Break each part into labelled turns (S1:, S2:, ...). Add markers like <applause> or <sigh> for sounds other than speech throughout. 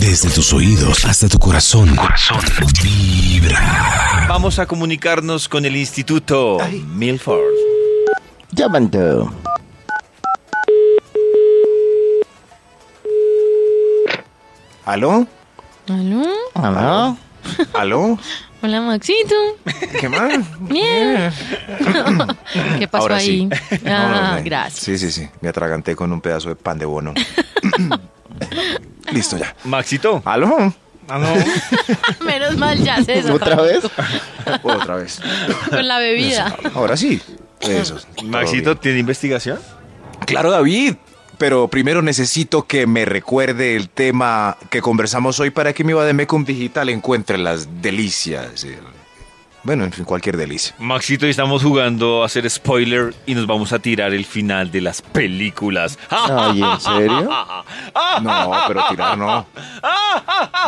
S1: Desde tus oídos hasta tu corazón. Corazón. Vibra.
S2: Vamos a comunicarnos con el Instituto Milford.
S3: Llamando.
S4: ¿Aló?
S5: ¿Aló?
S4: ¿Aló? ¿Aló?
S5: Hola, Maxito.
S4: ¿Qué más?
S5: Bien. <laughs> ¿Qué pasó
S4: Ahora
S5: ahí?
S4: sí. No,
S5: Ah,
S4: no, no.
S5: gracias. <laughs>
S4: Sí, sí, sí. Me atraganté con un pedazo de pan de bono. Listo ya.
S2: Maxito.
S4: ¿Aló?
S5: Menos mal ya se
S3: ¿Otra
S5: desatragó
S4: <laughs>
S3: vez?
S4: Otra vez.
S5: Con la bebida.
S4: Ahora sí. Eso. todo
S2: Maxito,
S4: bien.
S2: ¿tiene investigación?
S4: Claro, David. Pero primero necesito que me recuerde el tema que conversamos hoy para que mi Bademecum Digital encuentre las delicias. el- Bueno, en fin, cualquier delicia.
S2: Maxito, y estamos jugando a hacer spoiler y nos vamos a tirar el final de las películas. ¡Ah!
S3: Ay, ¿en serio?
S4: No, pero tirar no.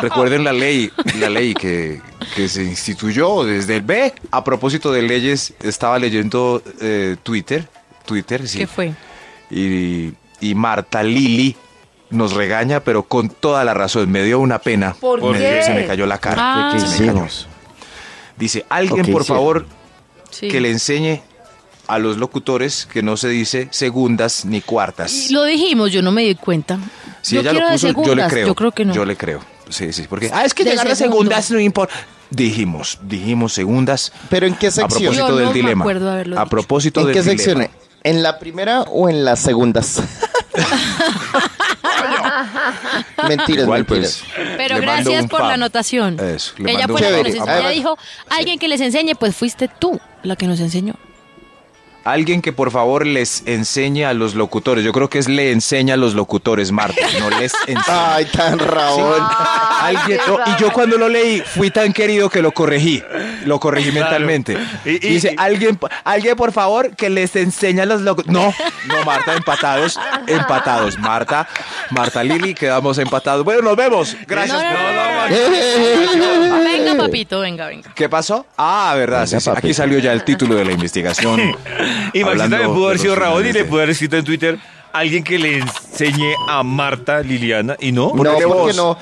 S4: Recuerden la ley, la ley que, que se instituyó desde el B. A propósito de leyes, estaba leyendo eh, Twitter. Twitter, sí.
S5: ¿Qué fue?
S4: Y, y Marta Lili nos regaña, pero con toda la razón. Me dio una pena.
S6: ¿Por
S4: Me-
S6: qué?
S4: Se me cayó la cara.
S5: Ah.
S3: ¿Qué
S4: Se me cayó.
S3: hicimos?
S4: Dice, alguien
S3: Ok,
S4: por
S3: sí.
S4: favor
S5: Sí.
S4: que le enseñe a los locutores que no se dice segundas ni cuartas.
S5: Y Lo dijimos, yo no me di cuenta.
S4: Si
S5: yo
S4: ella
S5: quiero
S4: lo
S5: de
S4: puso, yo le
S5: segundas,
S4: creo.
S5: Yo creo que no.
S4: Yo le creo. Sí, sí, porque ah, es que
S5: De
S4: llegar a
S5: segundo.
S4: segundas no importa. Dijimos, dijimos segundas.
S3: ¿Pero en qué
S4: A
S3: sección?
S4: propósito
S5: Yo no
S4: del
S5: me
S4: dilema.
S5: acuerdo haberlo
S4: a
S5: dicho.
S4: propósito
S3: ¿En
S4: del
S3: qué
S4: dilema.
S3: sección? ¿En la primera o en las segundas? <laughs> mentiras,
S4: Igual,
S3: mentiras.
S4: pues.
S5: Pero
S4: le mando
S5: gracias
S4: un
S5: por
S4: pam.
S5: la anotación.
S4: Eso, le
S5: Ella
S4: mando
S5: fue la
S4: un
S5: que
S3: Chévere.
S5: nos
S4: pam.
S5: enseñó.
S3: Además-
S5: Ella dijo, alguien que les enseñe, pues fuiste tú la que
S4: <laughs>
S5: nos enseñó.
S4: Alguien que por favor les enseñe a los locutores. Yo creo que es le enseña a los locutores, Marta.
S3: <laughs>
S4: No les enseña.
S3: Ay, tan Raúl.
S2: Ah,
S4: Alguien- no, y yo cuando lo leí fui tan querido que lo corregí. Lo corregí mentalmente.
S2: Y- y-
S4: Dice,
S2: y-
S4: alguien, alguien por favor que les enseña los locos. No, no, Marta, empatados, empatados. Marta, Marta Lili, quedamos empatados. Bueno, nos vemos. Gracias.
S5: No, no, no, no,
S3: <laughs>
S5: no,
S3: Eh, eh, eh, eh.
S5: Venga, papito, venga, venga.
S4: ¿Qué pasó? Ah, verdad. sí, sí.
S3: papi.
S4: Aquí salió ya el título de la
S2: <laughs>
S4: investigación.
S2: Y Maxito
S4: Hablando
S2: también pudo haber
S4: de
S2: sido
S4: los
S2: Raúl y le
S4: finales de-
S2: pudo haber escrito en Twitter alguien que le enseñe a Marta Liliana y no.
S3: No,
S4: Ponele
S3: porque
S4: voz.
S3: no.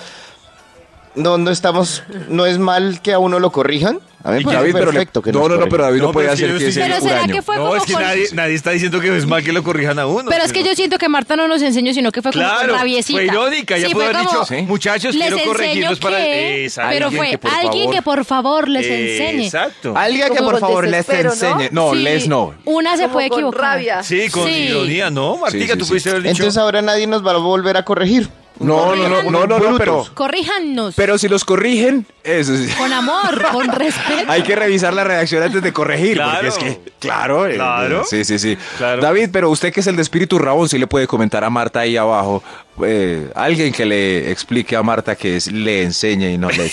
S3: No, no estamos. No es mal que a uno lo corrijan. A mí me
S4: Y
S3: parece
S4: David, pero le-
S3: perfecto que
S4: no,
S3: nos
S4: no, no, pero
S3: corrijan.
S4: David no,
S2: No,
S4: puede
S2: pero es que
S4: hacer
S2: yo
S4: que
S2: sí-
S4: sea
S5: Pero será que
S4: huraño.
S5: fue
S2: No,
S5: como
S2: es que
S5: con-
S2: nadie, nadie está diciendo que es mal que lo corrijan a <laughs> uno.
S5: Pero es que yo siento que Marta no nos enseñó, sino que fue como
S2: Claro,
S5: con rabiecita.
S2: fue irónica, ya
S5: Sí,
S2: pudo
S5: fue
S2: haber
S5: como,
S2: dicho,
S4: Sí.
S2: muchachos,
S5: Les
S2: quiero
S5: enseño
S2: corregirlos para...
S5: que...
S2: Esa,
S5: Pero
S2: alguien
S5: fue
S2: que, por
S5: alguien
S2: favor.
S5: que por favor les enseñe.
S2: Exacto.
S4: Alguien que
S6: Como
S4: por
S6: con
S4: favor les
S6: desespero, ¿no?
S4: enseñe. No,
S5: Sí,
S4: les no.
S5: Una Ah, se
S6: Como
S5: puede
S6: con
S5: equivocar.
S6: rabia.
S2: Sí, con
S5: Sí.
S2: ironía, ¿no? Martica,
S4: Sí, sí,
S2: tú
S4: sí.
S2: pudiste haber dicho...
S3: Entonces ahora nadie nos va a volver a corregir.
S4: No, no, no, no, no, no, pero,
S5: Corríjannos.
S4: pero si los corrigen, eso sí.
S5: Con amor,
S4: <laughs>
S5: con respeto.
S4: Hay que revisar la redacción antes de corregir,
S2: Claro.
S4: porque es que, claro, eh,
S2: Claro.
S4: sí, sí, sí.
S2: Claro.
S4: David, pero usted que es el de espíritu Rabón, sí le puede comentar a Marta ahí abajo, eh, alguien que le explique a Marta que es, le enseñe y no le...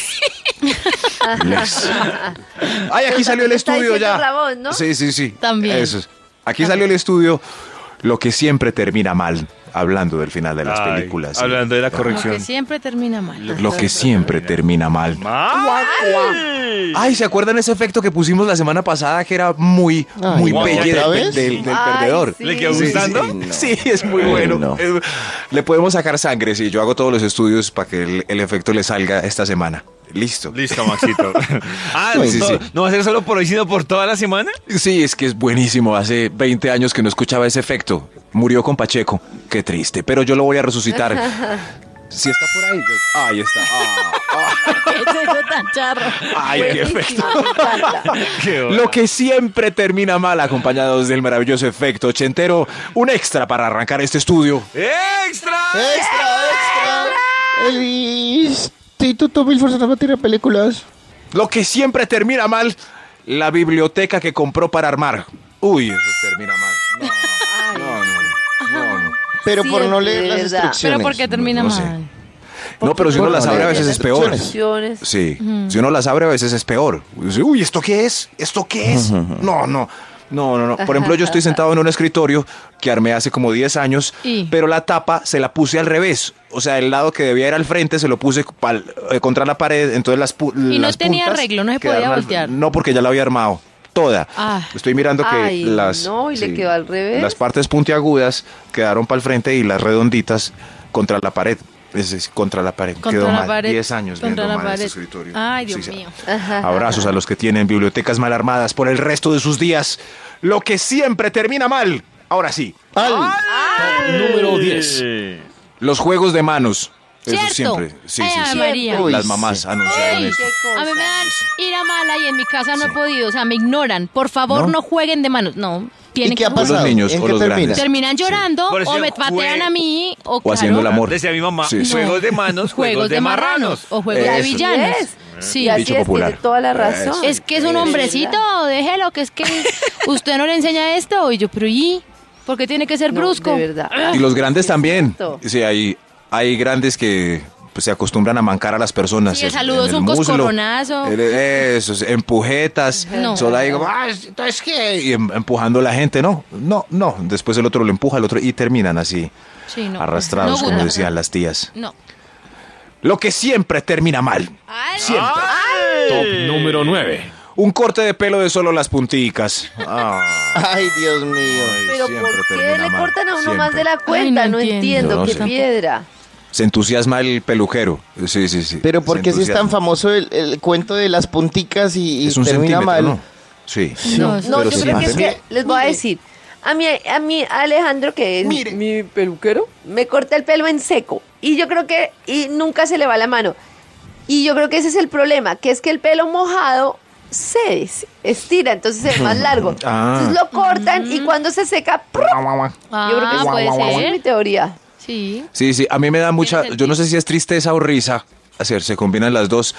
S4: les. Ay, aquí salió
S6: Pero
S4: el
S6: también está
S4: estudio ya.
S6: diciendo Rabón, ¿no?
S4: Sí, sí, sí.
S5: También.
S4: Eso. es. Aquí salió el estudio, lo que siempre termina mal, hablando del final de las
S2: Ay,
S4: películas. Ah.
S2: Hablando de la corrección.
S5: Porque siempre termina mal. <laughs>
S4: Lo que siempre termina mal.
S2: ¡Mal!
S4: Ay, ¿se acuerdan ese efecto que pusimos la semana pasada que era muy,
S3: Ay,
S4: muy
S2: no,
S4: pelle
S3: ¿otra
S4: del,
S3: vez?
S4: del- del
S6: Ay,
S4: perdedor?
S6: sí.
S2: ¿Le quedó
S4: Sí,
S2: gustando?
S4: Sí, sí, es muy bueno.
S3: no.
S4: Eh, Le podemos sacar sangre, sí. Yo hago todos los estudios para que el, el efecto le salga esta semana. Listo.
S2: Listo, Maxito. ah,
S4: Sí, sí,
S2: no,
S4: sí.
S2: ¿no va a ser solo por hoy, sino por toda la semana?
S4: Sí, es que es buenísimo. Hace 20 años que no escuchaba ese efecto. Murió con Pacheco. Qué triste, pero yo lo voy a resucitar. Si está por ahí. yo- Ahí está. Ah,
S5: ¿Qué es eso tan charro?
S4: ay, qué efecto.
S6: Buenísimo, me encanta.
S2: Qué
S4: Lo que siempre termina mal, acompañados del maravilloso efecto ochentero. Un extra para arrancar este estudio.
S2: ¡Extra!
S3: ¡Extra, extra! El Instituto Milford Santa María Películas.
S4: Lo que siempre termina mal, la biblioteca que compró para armar. Uy, eso termina mal. No, no, no, no, no.
S3: Pero
S6: Sí,
S3: por no
S6: es
S3: leer las
S6: verdad.
S3: instrucciones.
S5: Pero porque termina
S4: no sé.
S5: mal.
S4: No, pero si uno las abre a veces es peor.
S6: Opciones.
S4: Sí, si uno las abre a veces es peor. Dice, Uy, ¿esto qué es? ¿Esto qué es? No, no. No, no, no. Por ejemplo, yo estoy sentado en un escritorio que armé hace como 10 años,
S5: ¿Y?
S4: pero la tapa se la puse al revés. O sea, el lado que debía ir al frente se lo puse pal- eh, contra la pared, entonces las pu-
S5: Y no
S4: las
S5: tenía
S4: puntas
S5: arreglo, no se podía
S4: quedaron al-
S5: voltear.
S4: No, porque ya la había armado toda.
S5: Ah.
S4: Estoy mirando que
S6: Ay,
S4: las
S6: no, y le quedó al revés.
S4: Las partes puntiagudas quedaron para el frente y las redonditas contra la pared. Es, es contra la pared.
S5: Contra
S4: Quedó
S5: la
S4: mal.
S5: pared,
S4: 10 años
S5: contra
S4: viendo
S5: la
S4: mal este
S5: pared.
S4: escritorio.
S5: Ay,
S4: Sí,
S5: Dios
S4: sí.
S5: mío.
S4: Abrazos a los que tienen bibliotecas mal armadas por el resto de sus días. Lo que siempre termina mal. Ahora sí,
S3: Al.
S1: Número 10.
S4: los juegos de manos. Eso
S5: Cierto.
S4: siempre. Sí,
S5: Ay,
S4: sí, sí.
S5: María.
S4: Uy, Las
S3: sí.
S4: mamás anunciaron
S5: Ey,
S4: esto.
S5: a mí me dan ira mala y en mi casa no
S4: Sí.
S5: he podido, o sea, me ignoran. Por favor,
S4: ¿No?
S5: no, jueguen de manos. No,
S3: ¿Y
S5: tienen
S3: qué ha
S5: que
S4: los
S3: pasado?
S4: niños
S3: ¿En
S4: o
S3: qué
S4: los
S3: termina?
S4: grandes.
S5: terminan llorando
S2: Por eso
S5: o me
S2: jue-
S5: patean a mí o,
S4: O haciendo
S5: claro,
S4: el amor.
S2: Decía mi mamá,
S4: Sí, sí.
S2: juegos de
S5: <laughs>
S2: manos, juegos, de, marranos.
S5: o juegos de
S4: Eso.
S5: villanos.
S6: Yes.
S5: Sí.
S6: Y así
S4: Dicho
S6: es,
S4: popular.
S6: tiene toda la razón.
S5: Es que es un hombrecito, déjelo, que es
S4: <laughs>
S5: que usted no le enseña esto. Y yo, pero ¿y? ¿Por qué tiene que ser
S6: No,
S5: brusco?
S6: de verdad.
S4: Y los grandes también.
S6: Exacto.
S4: Sí, hay, hay grandes que pues, se acostumbran a mancar a las personas.
S5: Sí, el
S4: en-
S5: saludo
S4: en
S5: es un
S4: muslo,
S5: coscoronazo.
S4: en- Eso, sí, empujetas.
S5: No.
S4: Solo ahí como, "Ah, entonces qué", y em- empujando a la gente, no, no, no. Después el otro lo empuja al otro y terminan así,
S5: Sí, no.
S4: arrastrados,
S5: No,
S4: como
S5: no.
S4: decían las tías.
S5: No.
S4: Lo que siempre termina mal. Siempre.
S1: Top número 9.
S4: Un corte de pelo de solo las
S6: <laughs>
S4: punticas. Ah,
S3: Ay, Dios mío.
S6: Pero
S4: siempre
S6: ¿por qué
S4: termina
S6: le
S4: mal,
S6: cortan a uno
S4: siempre.
S6: más de la cuenta?
S5: Ay,
S6: no
S5: no
S6: entiendo,
S5: entiendo.
S4: No
S6: qué
S4: sé.
S6: piedra.
S4: Se entusiasma el pelujero. Sí, sí, sí.
S3: Pero
S4: Se
S3: ¿por qué si es
S4: entusiasma.
S3: tan famoso el, el cuento de las punticas y, y
S4: Es un
S3: termina
S4: centímetro,
S3: mal?
S4: ¿no? Sí.
S6: No,
S5: sí.
S6: no,
S4: Pero
S6: yo
S4: sí,
S6: creo que es
S4: mire.
S6: que les voy a decir. A mí, a mí Alejandro, que es mi peluquero, me corta el pelo en seco. Y yo creo que y nunca se le va la mano. Y yo creo que ese es el problema, que es que el pelo mojado se des- estira, entonces es más largo.
S4: <laughs> Ah.
S6: Entonces lo cortan y cuando se seca, ¡prup! yo creo que
S5: Ah,
S6: esa-
S5: puede
S6: esa es mi
S5: ser.
S6: teoría.
S5: Sí.
S4: Sí, sí, a mí me da mucha, yo no sé si es tristeza o risa, hacer, se combinan las dos,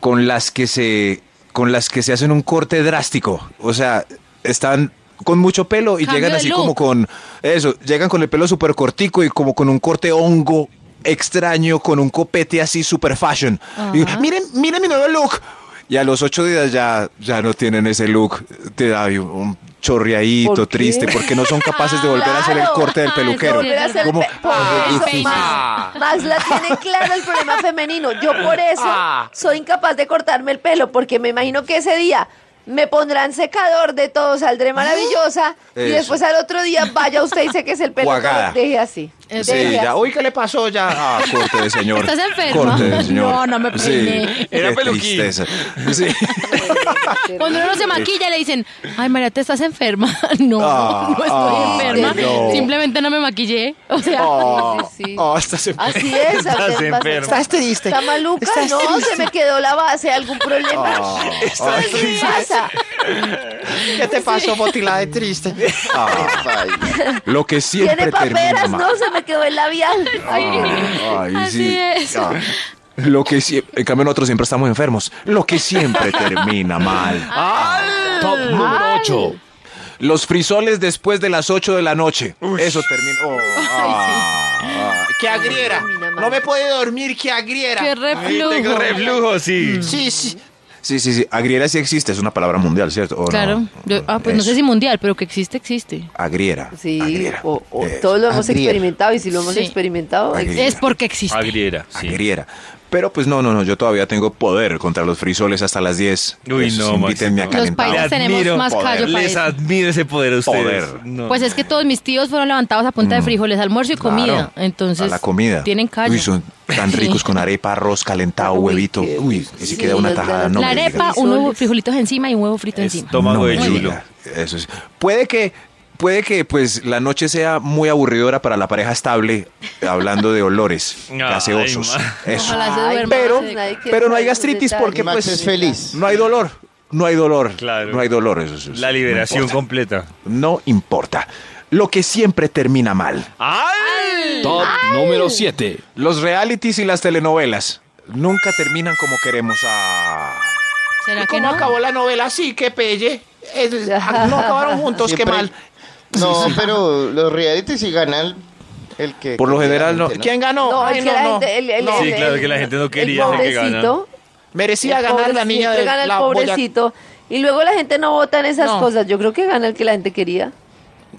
S4: con las que se, con las que se hacen un corte drástico, o sea, están con mucho pelo y
S5: Cambio
S4: llegan
S5: de
S4: así
S5: look.
S4: como con, eso, llegan con el pelo súper cortico y como con un corte hongo extraño, con un copete así super fashion. Y, miren, miren mi nuevo look. Y a los ocho días ya, ya no tienen ese look, te da un, un chorreadito,
S6: ¿Por qué?
S4: triste, porque no son
S5: <laughs>
S4: capaces de volver a hacer el
S6: Claro.
S4: corte del
S5: Ah, eso
S4: peluquero.
S5: sí
S6: Volver a hacer
S4: Como-
S6: pe- por eso
S5: el
S6: Max, Max la tiene clara el problema femenino. Yo por eso
S4: Ah.
S6: soy incapaz de cortarme el pelo, porque me imagino que ese día me pondrán secador de todo, saldré maravillosa, y
S4: ¿Ah? Eso.
S6: después al otro día vaya usted y sé que es el pelo.
S4: Guagada.
S6: Deje así.
S5: Es
S6: deje
S4: Sí,
S5: verdad.
S4: ya.
S6: así.
S4: Uy, ¿qué le
S3: <laughs>
S4: pasó ya? Ah, corte de señor.
S5: ¿Estás enfermo?
S4: Corte de señor.
S5: No, no me peiné.
S4: Sí,
S2: Era
S4: qué
S2: peluquín.
S3: <laughs>
S4: tristeza. Sí.
S5: Cuando uno no se maquilla le dicen, ay María, te estás enferma. <laughs> No,
S4: Ah,
S5: no estoy
S4: ah,
S5: enferma.
S4: no.
S5: Simplemente no me maquillé. O sea,
S6: Sí, Ah, sí, sí.
S4: Oh, estás enfermo.
S6: Así es,
S2: Estás
S6: así es, más-
S2: enferma. Estás
S6: triste. Está maluca, no, se me quedó la base, algún problema.
S4: Ah. Estás
S6: ¿Qué pasa?
S3: ¿Qué te pasó, botilada de triste?
S4: Ah. Lo que siempre
S6: Tiene
S4: termina
S6: paperas,
S4: mal.
S6: no, se me quedó el labial. Ay, qué-
S4: Ay,
S5: Así
S4: ah, sí.
S5: es.
S4: Ah. Lo que siempre, en cambio nosotros siempre estamos enfermos. Lo que
S6: <laughs>
S4: siempre termina mal.
S6: Ah.
S1: Top número 8.
S4: Los frisoles después de las 8 de la noche. Eso termina. oh, ah, ah.
S3: ¡Qué agriera!
S6: Termina mal.
S3: No me puede dormir, qué agriera.
S5: qué
S2: Ay, tengo
S5: reflujo.
S2: reflujo, sí.
S3: Sí, sí.
S4: Sí, sí, sí. Agriera sí existe, es una palabra mundial, ¿cierto? ¿O no?
S5: Claro. Yo- ah, pues no
S4: Eso.
S5: sé si mundial, pero que existe, existe.
S4: Agriera.
S6: Sí,
S4: agriera.
S6: o, o
S4: Eso.
S6: todos lo hemos
S3: Agriera.
S6: experimentado y si lo hemos
S5: Sí.
S6: experimentado,
S4: Agriera.
S5: Es porque existe.
S2: Agriera, sí.
S4: Agriera. Pero pues no, no, no, yo todavía tengo poder contra los frisoles hasta las 10.
S2: Uy,
S4: Entonces,
S2: no,
S4: invítenme
S2: Maxito.
S4: a
S5: Los
S4: calentar.
S5: paisas tenemos más
S4: poder.
S5: callo para
S2: Les
S5: eso.
S2: admiro ese poder a ustedes.
S4: Poder.
S2: No.
S5: Pues es que todos mis tíos fueron levantados a punta de frijoles, almuerzo y
S4: Mm. Claro,
S5: comida. Entonces,
S4: a la comida.
S5: tienen callo.
S4: Uy, son tan
S5: Sí. <laughs>
S4: ricos con arepa, arroz calentado,
S6: Uy,
S4: huevito.
S6: qué
S4: Uy, y si
S6: delicioso.
S4: queda una tajada, no
S5: la
S4: me
S5: arepa,
S4: diga.
S6: digas.
S5: unos frijolitos encima y un huevo frito encima.
S2: Estómago
S4: No
S2: de
S4: me
S2: chulo.
S4: diga. Eso sí. Puede que puede que pues la noche sea muy aburridora para la pareja estable hablando de olores
S2: <laughs> Ay,
S4: gaseosos.
S2: ma.
S4: Eso.
S5: Ojalá se duerma.
S4: pero-
S5: se-
S6: nadie quiere
S4: pero no hay
S6: saber esos
S4: gastritis
S6: detalles.
S4: porque,
S3: Max
S4: pues,
S3: es feliz.
S4: No hay dolor. No hay dolor.
S2: Claro.
S4: No hay dolor. Eso, eso, eso.
S2: La liberación
S4: No importa.
S2: completa.
S4: No importa. Lo que siempre termina mal.
S2: ¡Ay!
S1: Top número 7.
S4: Eh, Los realities y las telenovelas nunca terminan como queremos. Ah.
S5: ¿Será que no?
S3: la novela? Sí, qué pelle.
S5: <laughs>
S6: no acabaron
S3: juntos, qué mal. <laughs> No, pero los reality sí ganan el que...
S4: Por lo
S3: que
S4: general, no.
S3: realmente
S4: ¿Quién ganó?
S6: No,
S4: Ay,
S6: es que la gente, el, el-
S2: No.
S6: el-
S2: Sí, claro, es que la gente no quería
S6: el
S2: que ganara.
S6: pobrecito,
S4: Merecía
S6: el pobre- siempre gana el pobrecito. Y luego la gente no vota en esas
S5: No.
S6: cosas. Yo creo que gana el que la gente quería.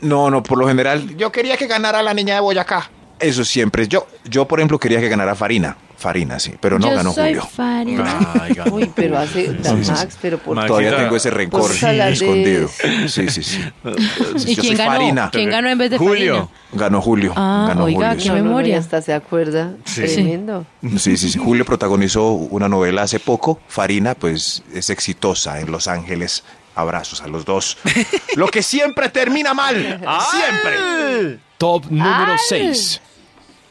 S4: No, no, por lo general. Yo quería que ganara la niña de Boyacá. Eso siempre. Yo, yo por ejemplo, quería que ganara Farina. Farina, sí, pero no
S5: Yo
S4: ganó
S5: soy
S4: Julio.
S5: Farina.
S2: Ay, ganó.
S6: Uy, pero hace. Max, pero por
S2: Max,
S4: Todavía
S2: Maxita,
S4: tengo ese rencor
S6: pues, a la
S4: <laughs>
S6: de-
S4: escondido. Sí, sí, sí. <laughs>
S5: ¿Y
S4: Yo soy
S5: quién ganó?
S4: Farina.
S5: ¿Quién ganó en vez de
S2: Julio.
S4: Ganó Julio.
S5: Ah,
S4: ganó
S5: oiga,
S4: Julio.
S5: qué
S4: sí.
S6: No, no, no,
S5: memoria.
S6: y hasta se acuerda.
S2: Sí.
S6: Tremendo.
S4: Sí, sí, sí. Julio protagonizó una novela hace poco. Farina, pues, es exitosa en Los Ángeles. Abrazos a los
S6: <laughs>
S4: dos. Lo que siempre termina mal. Siempre.
S7: Top número 6.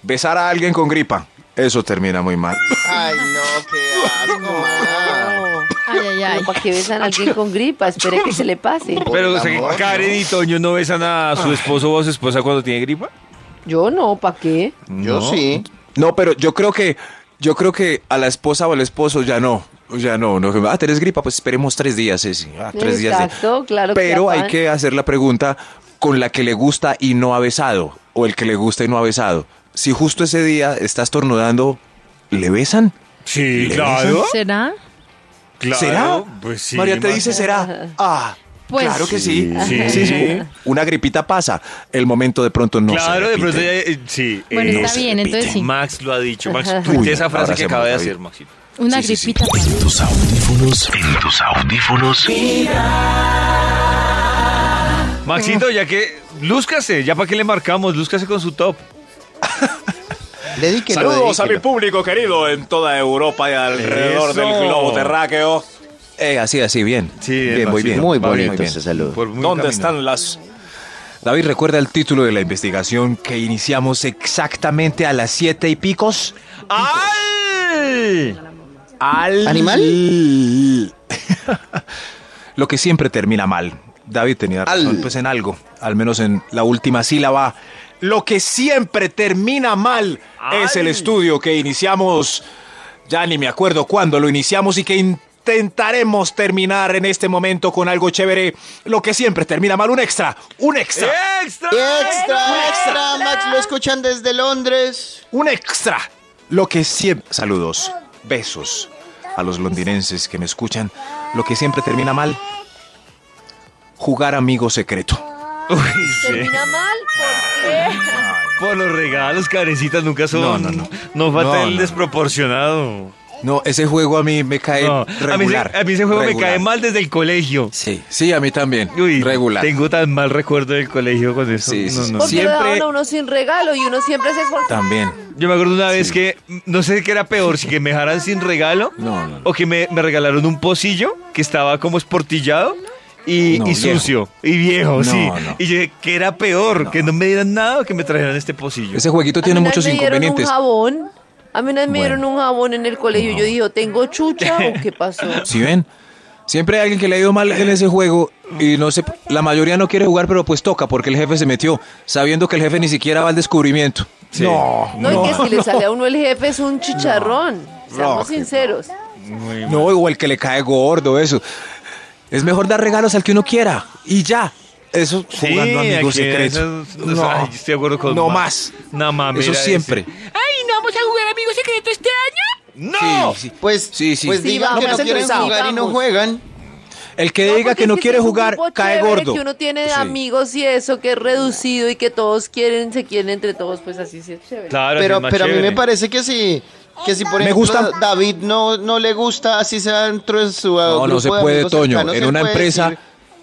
S4: Besar a alguien con gripa. Eso termina muy mal.
S3: Ay, no, qué asco, Max.
S5: Ay, ay, ay.
S6: ¿Para que besan a alguien con gripa? Espere que se
S4: <laughs>
S6: le pase.
S2: Pero o
S3: Por
S2: sea,
S3: amor,
S2: que Karen y Toño no besan a su esposo o a su esposa cuando tiene gripa.
S6: Yo no, ¿para qué?
S3: Yo sí.
S4: No, pero yo creo que, yo creo que a la esposa o al esposo ya no. Ya no, no. Ah, tenés gripa, pues esperemos tres días, sí, sí. Ah, tres días. de-
S6: Exacto, claro que
S4: Pero hay
S6: afán.
S4: que hacer la pregunta con la que le gusta y no ha besado. O el que le gusta y no ha besado. Si justo ese día está estornudando, ¿le besan?
S2: Sí, pues
S4: claro.
S5: ¿Será?
S4: ¿Será? María te dice será. Ah,
S5: Pues-
S4: claro que sí.
S2: Sí.
S4: Sí, sí. Una gripita pasa. El momento de pronto no. se
S2: Claro, de pronto
S4: repite.
S2: ya- eh, sí.
S5: Bueno,
S4: no
S5: está
S4: se
S5: bien,
S4: repite.
S5: entonces sí.
S2: Max lo ha dicho. Max,
S6: Ajá.
S2: tuitea
S4: Uy,
S2: esa frase
S4: ahora
S2: que
S4: se
S2: acaba de
S4: me
S2: hacer,
S4: olvidó.
S2: Maxito.
S5: Una
S4: Sí, sí, sí.
S5: gripita.
S1: Tus audífonos. En tus audífonos.
S2: Maxito, ya que. Lúzcase, ya para qué le marcamos, lúzcase con su top.
S3: Dedíquelo,
S4: Saludos a mi
S3: dedíquelo.
S4: público querido en toda Europa y alrededor
S2: Eso.
S4: del globo terráqueo. Eh, así, así, bien.
S2: Sí,
S4: bien, muy
S2: Maxito,
S4: bien.
S3: Muy
S4: Va bien,
S3: bonito
S4: bien.
S3: ese saludo.
S2: Por muy
S4: ¿Dónde
S2: caminado.
S4: están las...? David, ¿recuerda el título de la investigación que iniciamos exactamente a las siete y picos?
S2: ¡Ay!
S4: Al... ¿Animal? <laughs> Lo que siempre termina mal. David tenía razón,
S3: Al.
S4: pues en algo, al menos en la última sílaba. Lo que siempre termina mal es el estudio que iniciamos, ya ni me acuerdo cuándo lo iniciamos y que intentaremos terminar en este momento con algo chévere. Lo que siempre termina mal, un extra, un extra.
S2: ¡Extra!
S3: Extra, extra, Max, lo escuchan desde
S2: Eh.
S3: Londres.
S4: un extra. Lo que siempre... Saludos, besos a los londinenses que me escuchan. Lo que siempre termina mal. Jugar amigo secreto.
S2: Uy, sí.
S6: ¿Termina mal? ¿Por qué?
S2: Por los regalos, carecitas nunca son.
S4: No, no, no.
S2: No falta
S4: No,
S2: el
S4: no.
S2: desproporcionado.
S4: No, ese juego a mí me cae
S2: No,
S4: regular.
S2: A, mí, ese- a mí ese juego me
S4: regular.
S2: cae mal desde el colegio.
S4: Sí, sí, a mí también.
S2: Uy,
S4: regular.
S2: Tengo tan mal recuerdo del colegio con eso.
S4: Sí, sí,
S2: No,
S4: sí.
S2: no.
S6: Porque
S4: Siempre-
S6: lo daban a uno sin regalo y uno siempre se esforzaba.
S4: También.
S2: Yo me acuerdo una vez que mm, no sé qué era peor, si que me dejaran sin regalo
S4: No, no, no.
S2: o que me, me regalaron un pocillo que estaba como esportillado y,
S4: No,
S2: y
S4: viejo.
S2: sucio y viejo,
S4: No,
S2: sí.
S4: no.
S2: Y yo dije, ¿qué era peor? ¿Que no me dieran nada o que me trajeran este pocillo?
S4: Ese jueguito
S6: A mí
S4: tiene
S6: una vez
S4: muchos
S6: me dieron
S4: inconvenientes.
S6: Un jabón. A mí una vez me dieron un jabón en el colegio. Yo dije, ¿tengo chucha
S4: <laughs>
S6: o qué pasó?
S4: Si ven, siempre hay alguien que le ha ido mal en ese juego y no sé, la mayoría no quiere jugar, pero pues toca porque el jefe se metió, sabiendo que el jefe ni siquiera va al descubrimiento.
S2: Sí.
S4: No,
S6: No, y que si le sale a uno el jefe es un chicharrón. Seamos sinceros.
S4: no, o el que le cae gordo, eso. Es mejor dar regalos al que uno quiera y ya. Eso jugando
S2: Sí,
S4: amigos
S2: aquí,
S4: secretos.
S2: esas- esas- ay, yo estoy de acuerdo con
S4: no
S2: Max.
S4: más.
S2: No mames.
S4: Eso
S2: era
S4: siempre.
S2: ese.
S5: Ay, ¿no vamos a jugar Amigos Secretos este año?
S2: ¡No!
S4: Sí, sí.
S3: Pues,
S4: Sí, sí.
S3: pues
S6: Sí,
S3: digan
S6: vamos,
S3: que no quieren
S6: entonces,
S3: jugar y no
S6: vamos.
S3: juegan.
S4: El que diga
S6: porque
S4: que no
S6: es este
S4: quiere
S6: es un
S4: jugar
S6: grupo
S4: cae
S6: chévere,
S4: gordo.
S6: Que uno tiene
S4: Sí.
S6: amigos y eso, que es reducido y que todos quieren, se quieren entre todos, pues así sí es chévere.
S2: Claro, sí,
S3: Pero,
S2: más
S3: pero a mí
S2: chévere.
S3: me parece que sí. Que si, por
S4: Me
S3: ejemplo,
S4: gusta-
S3: David no, no le gusta, así sea dentro de su. uh,
S4: No, no
S3: grupo
S4: se
S3: de
S4: puede,
S3: amigos
S4: Toño.
S3: cercanos,
S4: En
S3: él
S4: una
S3: puede
S4: empresa,
S3: decir,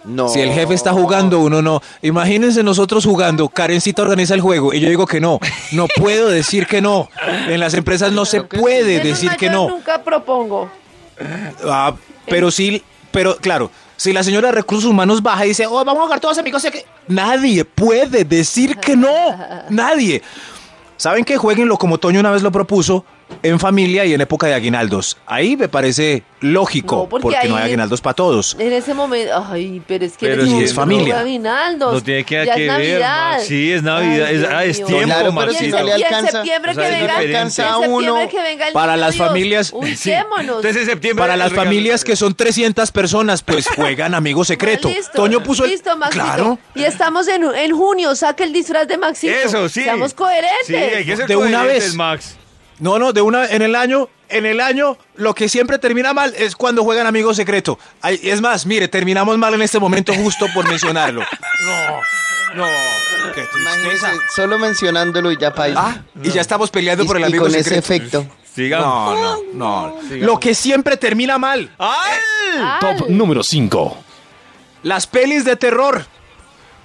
S3: no.
S4: Si el jefe está jugando, uno no. Imagínense nosotros jugando, Karencita organiza el juego y yo digo que no. No puedo decir que no. En las empresas no se puede
S6: Menos
S4: decir
S6: mal,
S4: que
S6: yo
S4: no.
S6: nunca propongo.
S4: Ah, pero sí, pero claro, si la señora de recursos humanos baja y dice, oh, vamos a jugar todos amigos, sé que-". nadie puede decir que no. Nadie. ¿Saben que jueguenlo como Toño una vez lo propuso? En familia y en época de aguinaldos. Ahí me parece lógico,
S6: No, porque
S4: porque, no hay
S6: ahí-
S4: aguinaldos para todos.
S6: En ese momento, ay, pero es que
S2: Pero
S6: en
S2: si
S6: ese
S4: es
S6: momento
S4: familia.
S6: no, Aguinaldos,
S2: No tiene que-
S6: ya
S2: que ver,
S6: es Navidad.
S2: Max. Sí, es Navidad,
S6: Ay,
S2: es-
S6: Dios
S2: ah, es
S6: mío.
S2: tiempo,
S3: Claro, pero
S6: Y
S3: si
S6: en-
S3: no le
S6: y en
S3: alcanza-
S6: septiembre
S2: o sea,
S6: que
S2: es
S6: venga,
S2: diferente.
S6: en
S3: alcanza a
S6: septiembre
S3: uno.
S6: que venga el
S4: Para
S6: niño
S4: las
S6: Dios, Ah,
S4: familias-
S2: Sí.
S6: ubiquémonos.
S2: Entonces en septiembre.
S4: Para
S2: el
S4: las
S2: regalo-
S4: familias que son 300 personas, pues juegan amigo secreto.
S6: Listo,
S4: Toño puso el...
S6: listo, Maxito.
S4: Claro.
S6: Y estamos en, en junio, saque el disfraz de Maxito.
S2: Eso, sí.
S6: Seamos coherentes.
S2: Sí, hay que ser
S4: De una
S2: coherentes,
S4: vez.
S2: Max.
S4: No, no, de una en el año, en el año lo que siempre termina mal es cuando juegan amigo secreto. Ay, es más, mire, terminamos mal en este momento justo por mencionarlo. No, no, qué
S3: Imagínense, solo mencionándolo y ya país.
S4: Ah, y ya estamos
S3: y,
S4: peleando por el
S3: y
S4: amigo
S3: con ese
S4: secreto.
S3: efecto.
S2: Sigamos.
S8: No, no, no.
S4: Lo que siempre termina mal.
S2: ¡Al!
S5: Ah,
S4: Top número 5. Las pelis de terror.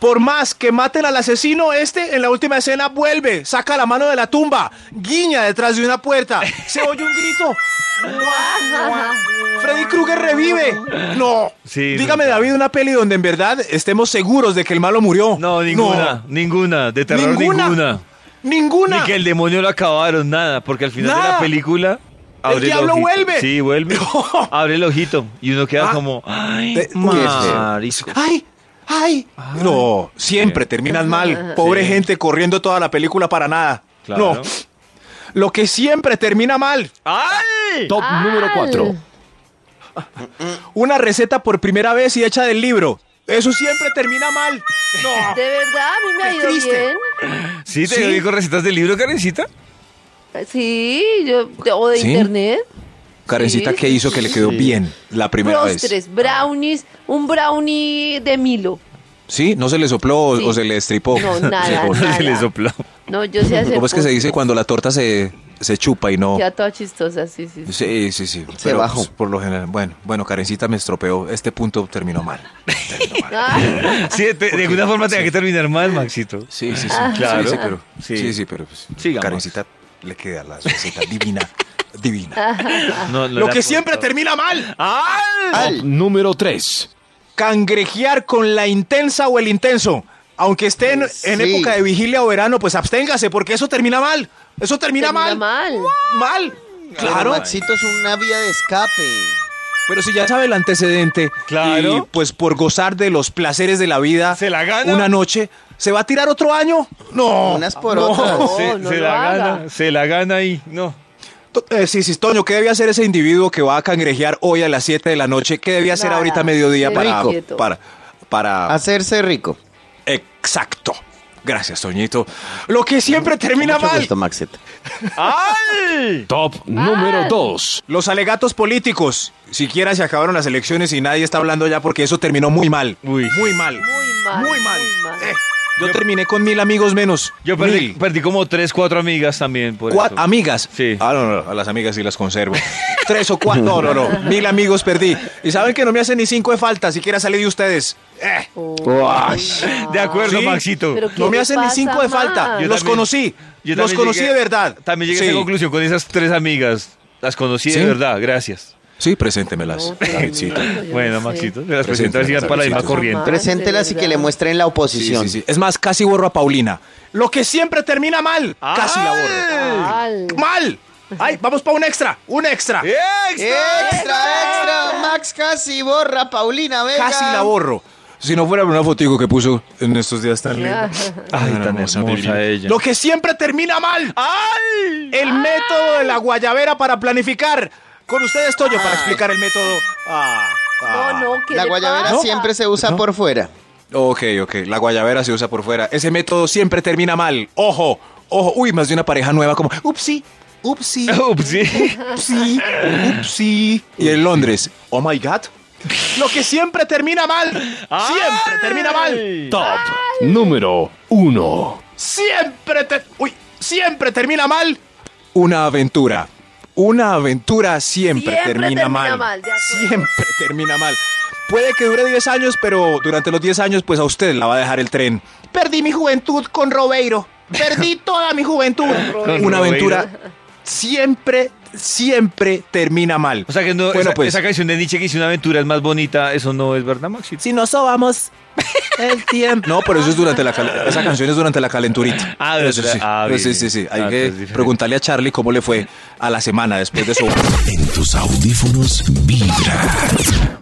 S4: Por más que maten al asesino, este en la última escena vuelve, saca la mano de la tumba, guiña detrás de una puerta, se oye un grito. Freddy Krueger revive. No.
S2: Sí,
S4: Dígame,
S2: nunca.
S4: David, una peli donde en verdad estemos seguros de que el malo murió.
S2: No, ninguna, ninguna. De terror, ninguna.
S4: Ninguna.
S2: Ni que el demonio lo acabaron, nada. Porque al final de la
S4: Nada.
S2: película.
S4: El diablo
S2: ojito.
S4: vuelve.
S2: Sí, <laughs> vuelve.
S4: No.
S2: Abre el ojito. Y uno queda
S4: Ah.
S2: como. ¡Ay,
S4: Eh,
S2: marisco! Ah.
S4: ¡Ay! ¡Ay! No, siempre terminan mal. Pobre
S2: Sí.
S4: gente corriendo toda la película para nada.
S2: Claro.
S4: No. Lo que siempre termina mal.
S2: ¡Ay!
S4: Top
S6: Ah,
S9: Al.
S4: número 4. Una receta por primera vez y hecha del libro. Eso siempre termina mal. No.
S6: <laughs> De verdad, a mí me ha
S4: Qué
S6: ido
S4: triste.
S6: bien.
S2: ¿Sí te
S4: Sí.
S2: digo recetas del libro, Karencita?
S6: Sí, yo, de- o de
S8: ¿Sí?
S6: internet.
S8: Karencita,
S6: Sí.
S8: ¿qué hizo que le quedó bien la primera vez?
S6: Postres, brownies, un brownie de Milo.
S8: ¿Sí? ¿No se le sopló o,
S6: Sí.
S8: o <laughs> se le estripó?
S6: No, nada,
S8: ¿Cómo
S2: <laughs>
S6: nada.
S2: Se le sopló.
S6: No, yo sé hacer.
S8: es que se
S6: postres.
S8: dice cuando la torta se, se chupa y
S4: Oh.
S8: no?
S6: Ya toda chistosa, sí, sí.
S4: <laughs>
S6: sí.
S8: Sí, sí, sí.
S3: Se bajó.
S8: pues, por lo general, bueno, bueno, Karencita me estropeó. Este punto terminó mal. Terminó mal.
S6: Ah,
S2: Sí, te- de alguna forma tenía que terminar mal, Maxito.
S8: Sí, sí, sí.
S6: Ah.
S2: Claro.
S8: Sí, sí, pero,
S2: Sí.
S8: sí. sí, pero pues,
S2: Sigamos.
S8: Karencita le queda la receta divina, divina.
S2: No, no
S4: Lo
S2: la
S4: que
S2: puedo-
S4: siempre termina mal.
S2: ¡Ay!
S3: Al.
S4: Número 3. Cangrejear con la intensa o el intenso. Aunque estén
S3: Pues
S4: en
S3: sí.
S4: época de vigilia o verano, pues absténgase porque eso termina mal. Eso termina,
S6: termina
S4: mal.
S6: mal.
S4: Mal.
S3: Claro.
S4: Claro.
S3: Maxito es una vía de escape.
S4: Pero si ya sabe el antecedente,
S2: Claro.
S4: y pues por gozar de los placeres de la vida,
S2: ¿Se la gana?
S4: una noche, ¿se va a tirar otro año? No.
S3: Unas por
S4: no.
S3: otras.
S2: se,
S6: Oh, no
S2: se
S6: lo
S2: la
S6: haga.
S2: gana, se la gana ahí. No.
S4: To- eh, sí, sí, Toño, ¿qué debía hacer ese individuo que va a cangrejear hoy a las 7 de la noche? ¿Qué debía hacer
S6: Nada,
S4: ahorita a mediodía
S6: qué
S4: para,
S6: rico.
S4: para, para...
S3: Hacerse rico.
S4: Exacto. Gracias, Toñito. Lo que siempre termina
S3: Mucho
S4: mal.
S3: gusto, Maxito.
S2: ¡Ay!
S10: Top número 2.
S4: Los alegatos políticos. Siquiera se acabaron las elecciones y nadie está hablando ya porque eso terminó muy mal.
S2: Uy.
S4: Muy mal.
S6: Muy mal.
S4: Muy mal. Eh, yo, terminé con mil amigos menos.
S2: Yo perdí,
S4: Mil.
S2: perdí como tres, cuatro amigas también por
S4: Cua-
S2: eso.
S4: ¿Amigas?
S2: Sí.
S4: Ah, no, no, no, a las amigas sí las conservo. <laughs> Tres o cuatro, no, no,
S6: <laughs>
S4: no. Mil amigos perdí. Y saben que no me hacen ni cinco de falta, siquiera salí de ustedes. Eh,
S6: Oh,
S2: De acuerdo,
S4: Sí.
S2: Maxito.
S6: Pero- ¿Qué
S4: no me
S6: le
S4: hacen ni
S6: pasa,
S4: cinco de falta.
S6: Max? Yo
S4: los
S2: también-
S4: conocí.
S2: yo
S4: los
S2: también
S4: conocí
S2: llegué-
S4: de verdad.
S2: También llegué a
S4: Sí.
S2: esa conclusión con esas tres amigas. Las conocí de
S8: ¿Sí?
S2: verdad, gracias.
S8: Sí, preséntemelas,
S6: No,
S4: <laughs>
S6: pero
S8: Karencita.
S6: no, yo
S2: bueno,
S6: no sé.
S2: Maxito, te las presento así
S8: Preséntalas,
S2: para la misma
S8: Maxito.
S6: Ah,
S2: corriente.
S3: Preséntelas y que le muestren la
S8: Sí,
S3: oposición.
S8: sí, sí.
S4: Es más, casi borro a Paulina. Lo que siempre termina mal,
S2: Ah.
S4: casi la borro.
S6: Mal.
S4: ¡Mal! ¡Ay, vamos para un extra! ¡Un extra!
S3: ¡Extra, extra! Max casi borra, Paulina Vega.
S4: Casi la
S3: borra.
S4: borro. Si no fuera por una fotico que puso en estos días tan linda.
S2: Ay, tan hermosa ella.
S4: Lo que siempre termina mal. El método de la guayabera para planificar. Con ustedes, Toño, para
S3: Ay.
S4: explicar el método. Ah,
S6: No, no, ¿qué
S3: La
S6: le
S3: guayabera
S6: pasa?
S3: siempre se usa por fuera.
S8: Ok, ok. La guayabera se usa por fuera.
S4: Ese método siempre termina mal. Ojo, ojo. Uy, más de una pareja nueva como, upsi,
S2: <laughs>
S4: upsi,
S2: <laughs> Ups, sí.
S4: upsi, upsi. Y en Londres, oh my God. Lo que siempre termina mal. Siempre termina mal.
S10: Top número 1.
S4: Siempre te- uy, siempre termina mal. Una aventura. Una aventura siempre,
S6: Siempre
S4: termina,
S6: termina
S4: mal.
S6: mal, de acuerdo.
S4: siempre termina mal. Puede que dure 10 años, pero durante los 10 años, pues a usted la va a dejar el tren. Perdí mi juventud con Robeiro. Perdí toda mi juventud.
S2: Robeiro.
S4: Una aventura siempre, siempre termina mal.
S2: O sea que no,
S4: Bueno,
S2: esa,
S4: pues.
S2: esa canción de Nietzsche que hice una aventura es más bonita, eso no es verdad, Maxito.
S4: Si nos sobamos
S2: <laughs>
S4: el tiempo.
S8: No, pero eso es durante la cal- esa canción es durante la calenturita.
S2: Ah,
S8: Eso
S2: durante
S8: sí.
S2: la- ah,
S8: Eso sí,
S2: bien,
S8: sí, sí.
S2: bien.
S8: Hay
S2: Ah,
S8: que
S2: entonces diferente.
S8: preguntarle a Charlie cómo
S2: <laughs>
S8: le fue a la semana después de su
S1: En tus audífonos vibra.